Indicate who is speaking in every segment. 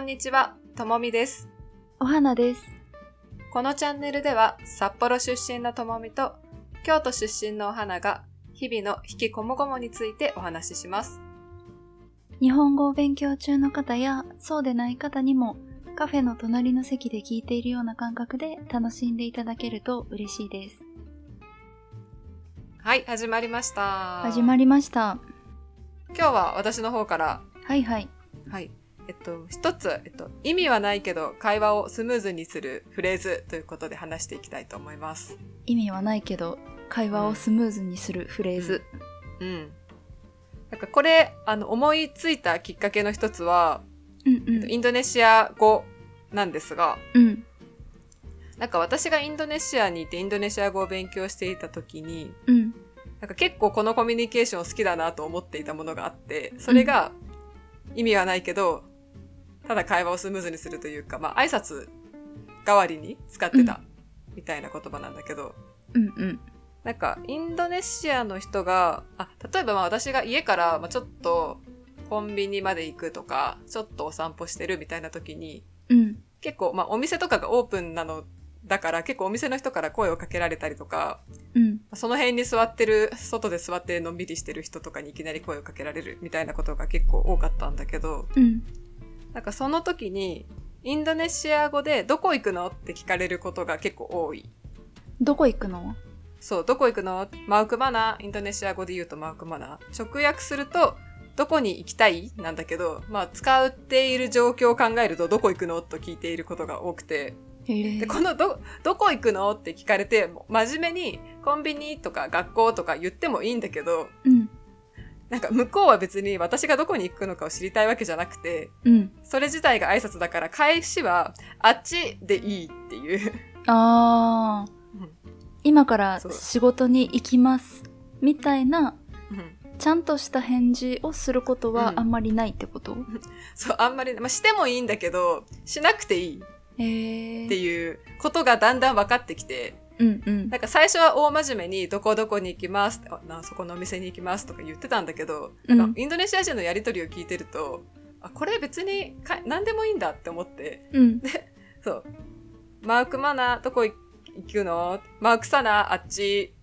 Speaker 1: んにちは、ともみです。
Speaker 2: お花です。
Speaker 1: このチャンネルでは、札幌出身のともみと、京都出身のお花が、日々の引きこもごもについてお話しします。
Speaker 2: 日本語を勉強中の方や、そうでない方にも、カフェの隣の席で聞いているような感覚で楽しんでいただけると嬉しいです。
Speaker 1: はい、始まりました。
Speaker 2: 始まりました。
Speaker 1: 今日は私の方から、
Speaker 2: はいはい。
Speaker 1: はい。えっと、一つ、えっと、意味はないけど、会話をスムーズにするフレーズということで話していきたいと思います。
Speaker 2: 意味はないけど、会話をスムーズにするフレーズ。
Speaker 1: うん。なんかこれ、あの、思いついたきっかけの一つは、
Speaker 2: うんう
Speaker 1: イ
Speaker 2: ん。
Speaker 1: ンドネシア語なんですが、
Speaker 2: うん。
Speaker 1: なんか私がインドネシアにいてインドネシア語を勉強していた時に、
Speaker 2: うん。
Speaker 1: なんか結構このコミュニケーション好きだなと思っていたものがあって、それが意味はないけど、ただ会話をスムーズにするというか、まあ挨拶代わりに使ってたみたいな言葉なんだけど、
Speaker 2: うんうん。
Speaker 1: なんかインドネシアの人が、あ、例えばまあ私が家からまあちょっとコンビニまで行くとか、ちょっとお散歩してるみたいな時に、
Speaker 2: うん。
Speaker 1: 結構、まあ、お店とかがオープンなのだから、結構お店の人から声をかけられたりとか、
Speaker 2: うん。
Speaker 1: その辺に座ってる、外で座ってのんびりしてる人とかにいきなり声をかけられるみたいなことが結構多かったんだけど、
Speaker 2: うん。
Speaker 1: なんかその時に、インドネシア語でどこ行くのって聞かれることが結構多い。
Speaker 2: どこ行くの
Speaker 1: そう、どこ行くのマウクマナインドネシア語で言うとマウクマナ直訳すると、どこに行きたいなんだけど、まあ、使っている状況を考えると、どこ行くのと聞いていることが多くて、
Speaker 2: へえ
Speaker 1: で、このど、どこ行くのって聞かれて、もう真面目にコンビニとか学校とか言ってもいいんだけど、
Speaker 2: うん。
Speaker 1: なんか向こうは別に私がどこに行くのかを知りたいわけじゃなくて、
Speaker 2: うん。
Speaker 1: それ自体が挨拶だから、返しはあっちでいいっていう。
Speaker 2: あー
Speaker 1: うん。
Speaker 2: 今から
Speaker 1: そう
Speaker 2: 仕事に行きます。みたいな
Speaker 1: うん
Speaker 2: ちゃんとした返事をすることは
Speaker 1: うん
Speaker 2: あんまりないってこと、
Speaker 1: そう、あんまり、まあ、してもいいんだけど、しなくていい
Speaker 2: へえ
Speaker 1: っていうことがだんだん分かってきて、
Speaker 2: うんうん
Speaker 1: なんか最初は大真面目に、どこどこに行きますあな、そこのお店に行きますとか言ってたんだけど、
Speaker 2: うん
Speaker 1: なんかインドネシア人のやりとりを聞いてると、あ、これ別にか何でもいいんだって思って、
Speaker 2: うん
Speaker 1: そう。マークマナーどこ行くのマークサナーあっち。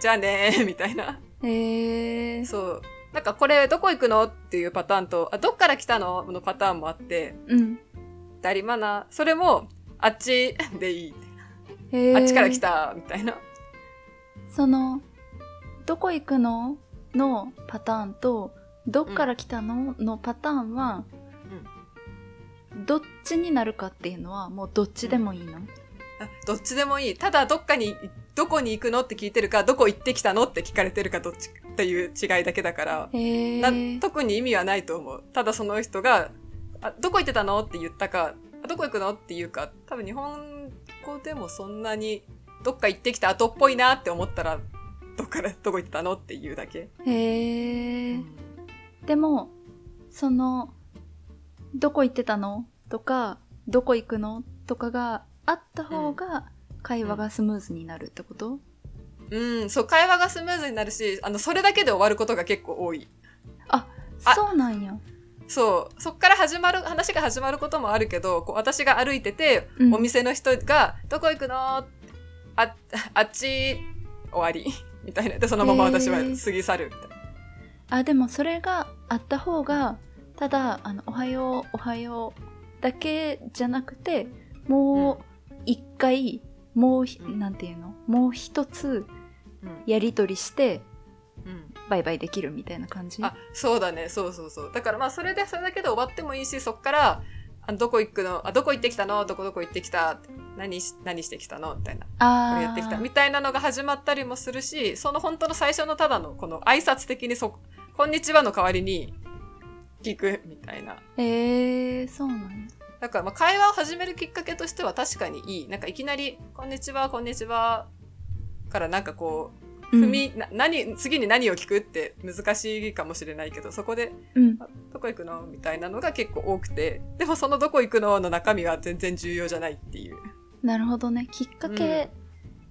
Speaker 1: じゃあね ー、みたいな。
Speaker 2: へえ
Speaker 1: そう。なんかこれどこ行くのっていうパターンと、あ、どっから来たののパターンもあって、
Speaker 2: うん
Speaker 1: ダリマナーそれも、あっちでいい。
Speaker 2: へえ
Speaker 1: あっちから来た、みたいな。
Speaker 2: その「どこ行くの?」のパターンと「どっから来たの?」のパターンは、どっちになるかっていうのはもうどっちでもいいの、
Speaker 1: あどっちでもいい。ただ、どっかに、どこに行くのって聞いてるか、どこ行ってきたのって聞かれてるか、どっちっていう違いだけだから、
Speaker 2: へ
Speaker 1: な
Speaker 2: え
Speaker 1: 特に意味はないと思う。ただその人が、あ、どこ行ってたのって言ったか、あどこ行くのって言うか、多分日本語でもそんなに、どっか行ってきた後っぽいなって思ったら、どっから、どこ行ってたのって言うだけ。
Speaker 2: へ
Speaker 1: う
Speaker 2: え
Speaker 1: ん
Speaker 2: でもその「どこ行ってたの?」とか「どこ行くの?」とかがあった方が会話がスムーズになるってこと、
Speaker 1: うん、そう、会話がスムーズになるし、あの、それだけで終わることが結構多い。あ
Speaker 2: そうなんや、
Speaker 1: そう。そっから始まる、話が始まることもあるけど、こう私が歩いてて、
Speaker 2: うん
Speaker 1: お店の人が、どこ行くのあ、 あっち、終わり。 みたいな。で、そのまま私は
Speaker 2: へー
Speaker 1: 過ぎ去る。みたいな
Speaker 2: あでもそれがあった方がただあの「おはようおはよう」だけじゃなくてもう一回もうひ
Speaker 1: うん
Speaker 2: なんていうのもう一つ
Speaker 1: うん
Speaker 2: やり取りして
Speaker 1: うん
Speaker 2: バイバイできるみたいな感じ
Speaker 1: あ、そうだね。そうそうそう。だからまあ、それで、それだけで終わってもいいし、そっから、あどこ行くのあ、どこ行ってきたのどこどこ行ってきた何し、何してきたのみたいな。こ
Speaker 2: あ
Speaker 1: れやってきたみたいなのが始まったりもするしその本当の最初のただのこの挨拶的にそ「こんにちは」の代わりに聞くみたいな
Speaker 2: えー、そうなんや
Speaker 1: だからまあ会話を始めるきっかけとしては確かにいいなんかいきなり「こんにちはこんにちは」からなんかこう
Speaker 2: うん
Speaker 1: 踏み、な何次に何を聞くって難しいかもしれないけどそこで
Speaker 2: うん
Speaker 1: 「どこ行くの?」みたいなのが結構多くてでもその「どこ行くの?」の中身は全然重要じゃないっていう。
Speaker 2: なるほどねきっかけ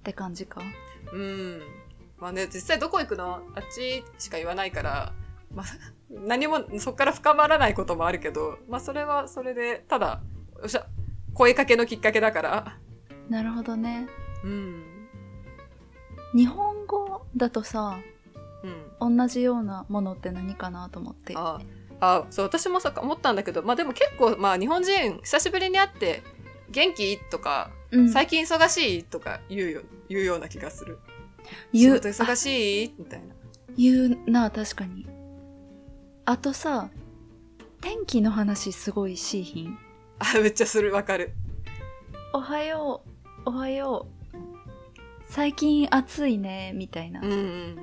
Speaker 2: って感じか
Speaker 1: うん。まあね、実際どこ行くのあっちしか言わないから、まあ、 何もそこから深まらないこともあるけど、まあ、それはそれでただおっしゃ声かけのきっかけだから
Speaker 2: なるほどね
Speaker 1: うん
Speaker 2: 日本語だとさ
Speaker 1: うん
Speaker 2: 同じようなものって何かなと思って
Speaker 1: ああそう私もさ思ったんだけどまあでも結構、まあ、日本人久しぶりに会って「元気?」とか
Speaker 2: うん
Speaker 1: 「最近忙しい?」とか言うよ言うような気がする「仕
Speaker 2: 言う
Speaker 1: 事忙しい?」みたいな。
Speaker 2: 言うな確かにあとさ天気の話すごいしいひん
Speaker 1: あめっちゃするわかる。
Speaker 2: おはようおはよう最近暑いねみたいな、
Speaker 1: うんうんうん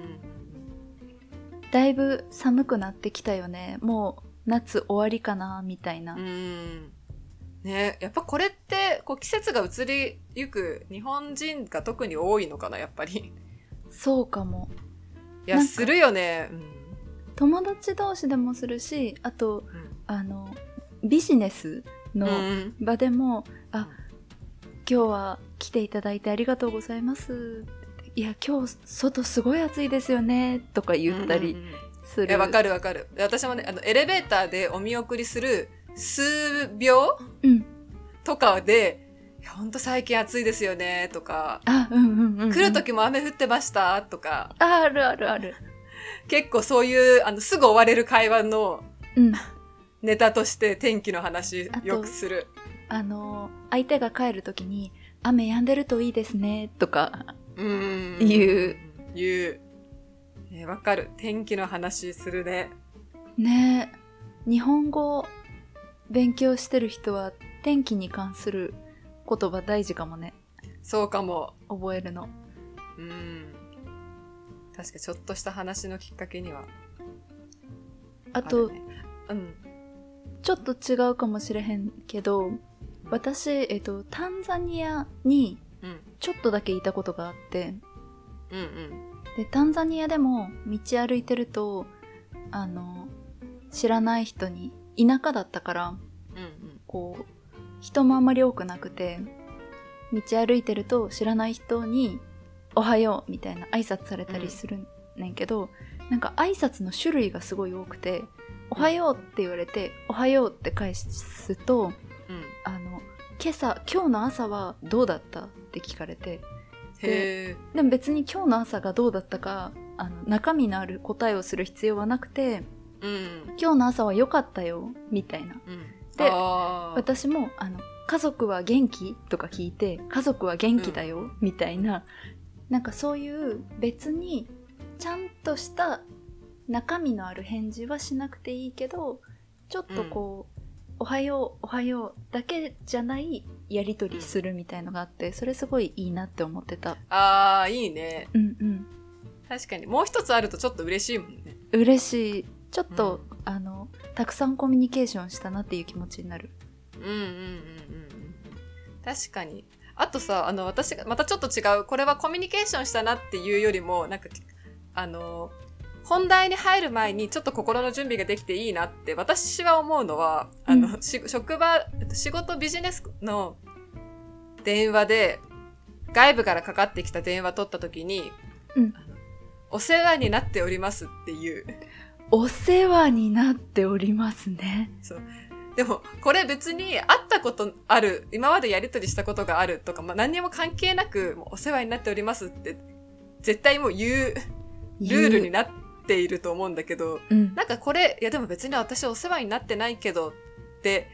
Speaker 2: だいぶ寒くなってきたよねもう夏終わりかなみたいな、
Speaker 1: うーんね、やっぱこれってこう季節が移りゆく日本人が特に多いのかなやっぱり。
Speaker 2: そうかも
Speaker 1: いや
Speaker 2: なんか
Speaker 1: するよね。うん
Speaker 2: 友達同士でもするしあと
Speaker 1: うん
Speaker 2: あのビジネスの
Speaker 1: うん
Speaker 2: 場でも、
Speaker 1: う
Speaker 2: あ
Speaker 1: ん
Speaker 2: 今日は来ていただいてありがとうございますいや今日外すごい暑いですよねとか言った
Speaker 1: うん
Speaker 2: り
Speaker 1: うんうん
Speaker 2: する、
Speaker 1: いやわかるわかる。私もねあのエレベーターでお見送りする数秒
Speaker 2: うん
Speaker 1: とかで「いやほんと最近暑いですよね」とか
Speaker 2: あうんうんうん、う
Speaker 1: 「
Speaker 2: ん、
Speaker 1: 来る時も雨降ってました」とか
Speaker 2: ああるある ある
Speaker 1: 結構そういうあのすぐ終われる会話の
Speaker 2: うん
Speaker 1: ネタとして天気の話
Speaker 2: あと
Speaker 1: よくする。
Speaker 2: あの相手が帰る時に雨止んでるといいですねとか
Speaker 1: うん
Speaker 2: 言う
Speaker 1: 言うねわ、かる天気の話するね
Speaker 2: ねえ日本語勉強してる人は天気に関する言葉大事かもね
Speaker 1: そうかも
Speaker 2: 覚えるの
Speaker 1: うん確かちょっとした話のきっかけにはあ
Speaker 2: あ
Speaker 1: る
Speaker 2: と
Speaker 1: ね、うん
Speaker 2: ちょっと違うかもしれへんけど私、えっと、タンザニアに
Speaker 1: うん
Speaker 2: ちょっとだけいたことがあって
Speaker 1: うんうん
Speaker 2: でタンザニアでも道歩いてるとあの知らない人に田舎だったから
Speaker 1: うんうん
Speaker 2: こう人もあんまり多くなくて道歩いてると知らない人に「おはよう」みたいな挨拶されたりするねんけど、なんか挨拶の種類がすごい多くて「おはよう」って言われて「おはよう」って返すと
Speaker 1: うん
Speaker 2: 「あの今朝今日の朝はどうだった?」って聞かれて
Speaker 1: へえ
Speaker 2: でも別に今日の朝がどうだったかあの中身のある答えをする必要はなくて
Speaker 1: うん
Speaker 2: 「今日の朝は良かったよ」みたいな
Speaker 1: うん
Speaker 2: で
Speaker 1: あー
Speaker 2: 私もあの「家族は元気?」とか聞いて「家族は元気だよ」みたいななんかそういう別にちゃんとした中身のある返事はしなくていいけどちょっとこう「おはようおはよう」だけじゃないやり取りするみたいのがあってそれすごいいいなって思ってた
Speaker 1: あーいいね
Speaker 2: うんうん
Speaker 1: 確かにもう一つあるとちょっと嬉しいもんね
Speaker 2: 嬉しいちょっと、
Speaker 1: う
Speaker 2: あのたくさんコミュニケーションしたなっていう気持ちになる
Speaker 1: うんうんうんうんうん確かにあとさあの私がまたちょっと違うこれはコミュニケーションしたなっていうよりもなんかあの本題に入る前にちょっと心の準備ができていいなって私は思うのはあの、
Speaker 2: う
Speaker 1: し職場えっと仕事ビジネスの電話で外部からかかってきた電話取った時に、
Speaker 2: うん
Speaker 1: あのお世話になっておりますっていう
Speaker 2: お世話になっておりますね
Speaker 1: でも、これ別に会ったことある、今までやりとりしたことがあるとか、まあ、何にも関係なく、もうお世話になっておりますって、絶対もう言うルールになっていると思うんだけど、
Speaker 2: うん、
Speaker 1: なんかこれ、いやでも別に私お世話になってないけどって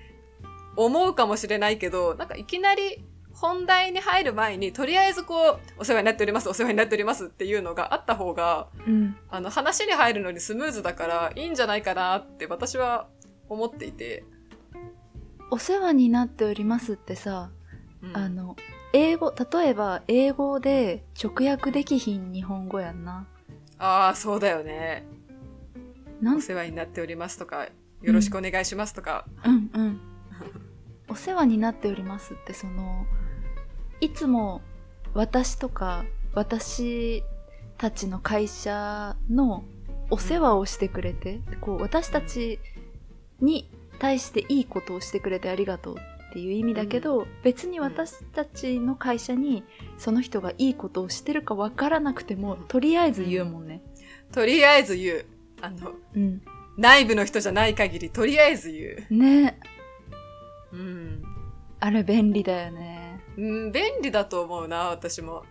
Speaker 1: 思うかもしれないけど、なんかいきなり本題に入る前に、とりあえずこう、お世話になっております、お世話になっておりますっていうのがあった方が、
Speaker 2: うん、
Speaker 1: あの話に入るのにスムーズだからいいんじゃないかなって私は思っていて。
Speaker 2: お世話になっておりますってさ、
Speaker 1: うん
Speaker 2: あの英語例えば英語で直訳できひん日本語やんな
Speaker 1: ああ、そうだよね。
Speaker 2: な
Speaker 1: お
Speaker 2: ん
Speaker 1: 世話になっておりますとか、よろしくお願いしますとか。
Speaker 2: うんうんお世話になっておりますってそのいつも私とか私たちの会社のお世話をしてくれて、こう私たちに対していいことをしてくれてありがとうっていう意味だけど、別に私たちの会社にその人がいいことをしてるかわからなくても、
Speaker 1: うん
Speaker 2: とりあえず言うもんね。
Speaker 1: とりあえず言う。あの、
Speaker 2: うん。
Speaker 1: 内部の人じゃない限り、とりあえず言
Speaker 2: ね。
Speaker 1: う。うん。
Speaker 2: あれ便利だよね。
Speaker 1: うん、便利だと思うな、私も。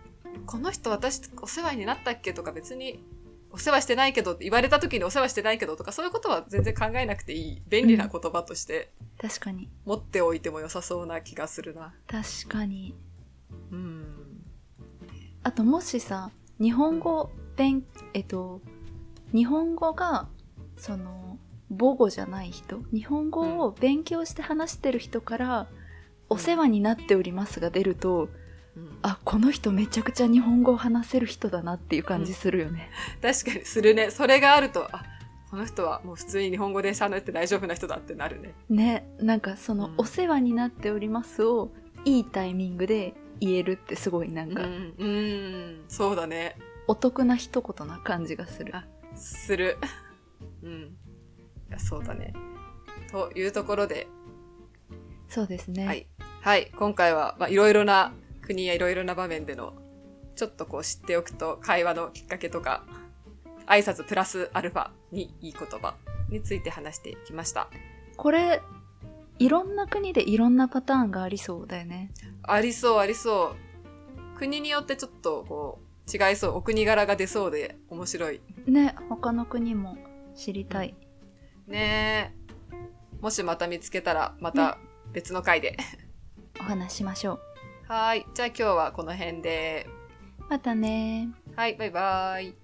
Speaker 1: この人私お世話になったっけとか別に、お世話してないけどって言われた時にお世話してないけどとかそういうことは全然考えなくていい。便利な言葉として
Speaker 2: 確かに。
Speaker 1: 持っておいても良さそうな気がするな。
Speaker 2: 確かに。
Speaker 1: うん。
Speaker 2: あともしさ、日本語勉、えっと、日本語が、その、母語じゃない人、日本語を勉強して話してる人から、お世話になっておりますが出ると、
Speaker 1: うん
Speaker 2: あ、この人めちゃくちゃ日本語を話せる人だなっていう感じするよね。
Speaker 1: 確かにするね。それがあると、あ、この人はもう普通に日本語で喋って大丈夫な人だってなるね。
Speaker 2: ね、なんかその、
Speaker 1: うん
Speaker 2: お世話になっておりますを、いいタイミングで言えるってすごいなん
Speaker 1: う
Speaker 2: か、
Speaker 1: ん、うん、そうだね。
Speaker 2: お得な一言な感じがする。
Speaker 1: あする。うん。いやそうだね。というところで、
Speaker 2: そうですね。
Speaker 1: はい。はい。今回は、まあ、いろいろな国やいろいろな場面での、ちょっとこう知っておくと会話のきっかけとか、挨拶プラスアルファにいい言葉について話してきました。
Speaker 2: これいろんな国でいろんなパターンがありそうだよね
Speaker 1: ありそうありそう。国によってちょっとこう違いそう。お国柄が出そうで面白い。
Speaker 2: ね他の国も知りたい、
Speaker 1: ねえ。もしまた見つけたらまた別の回で。
Speaker 2: お話ししましょう
Speaker 1: はーい。じゃあ今日はこの辺で。
Speaker 2: またねー
Speaker 1: はい。バイバーイ。